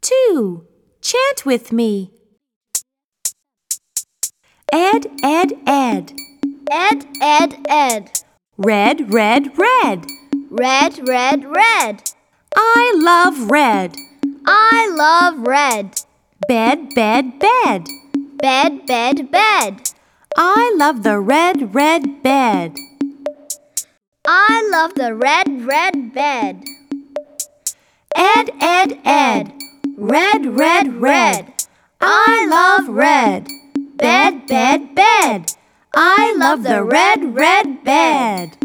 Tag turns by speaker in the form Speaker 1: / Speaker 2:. Speaker 1: Two. Chant with me. Ed, ed, ed.
Speaker 2: Ed, Ed, Ed.
Speaker 1: Red, red, red.
Speaker 2: Red, red, red.
Speaker 1: I love red.
Speaker 2: I love red.
Speaker 1: Bed, bed, bed.
Speaker 2: Bed, bed, bed.
Speaker 1: I love the red, red bed.
Speaker 2: I love the red, red bed.
Speaker 1: Ed, ed, ed. Red, red, red. I love red. Bed, bed, bed. I love the red, red bed.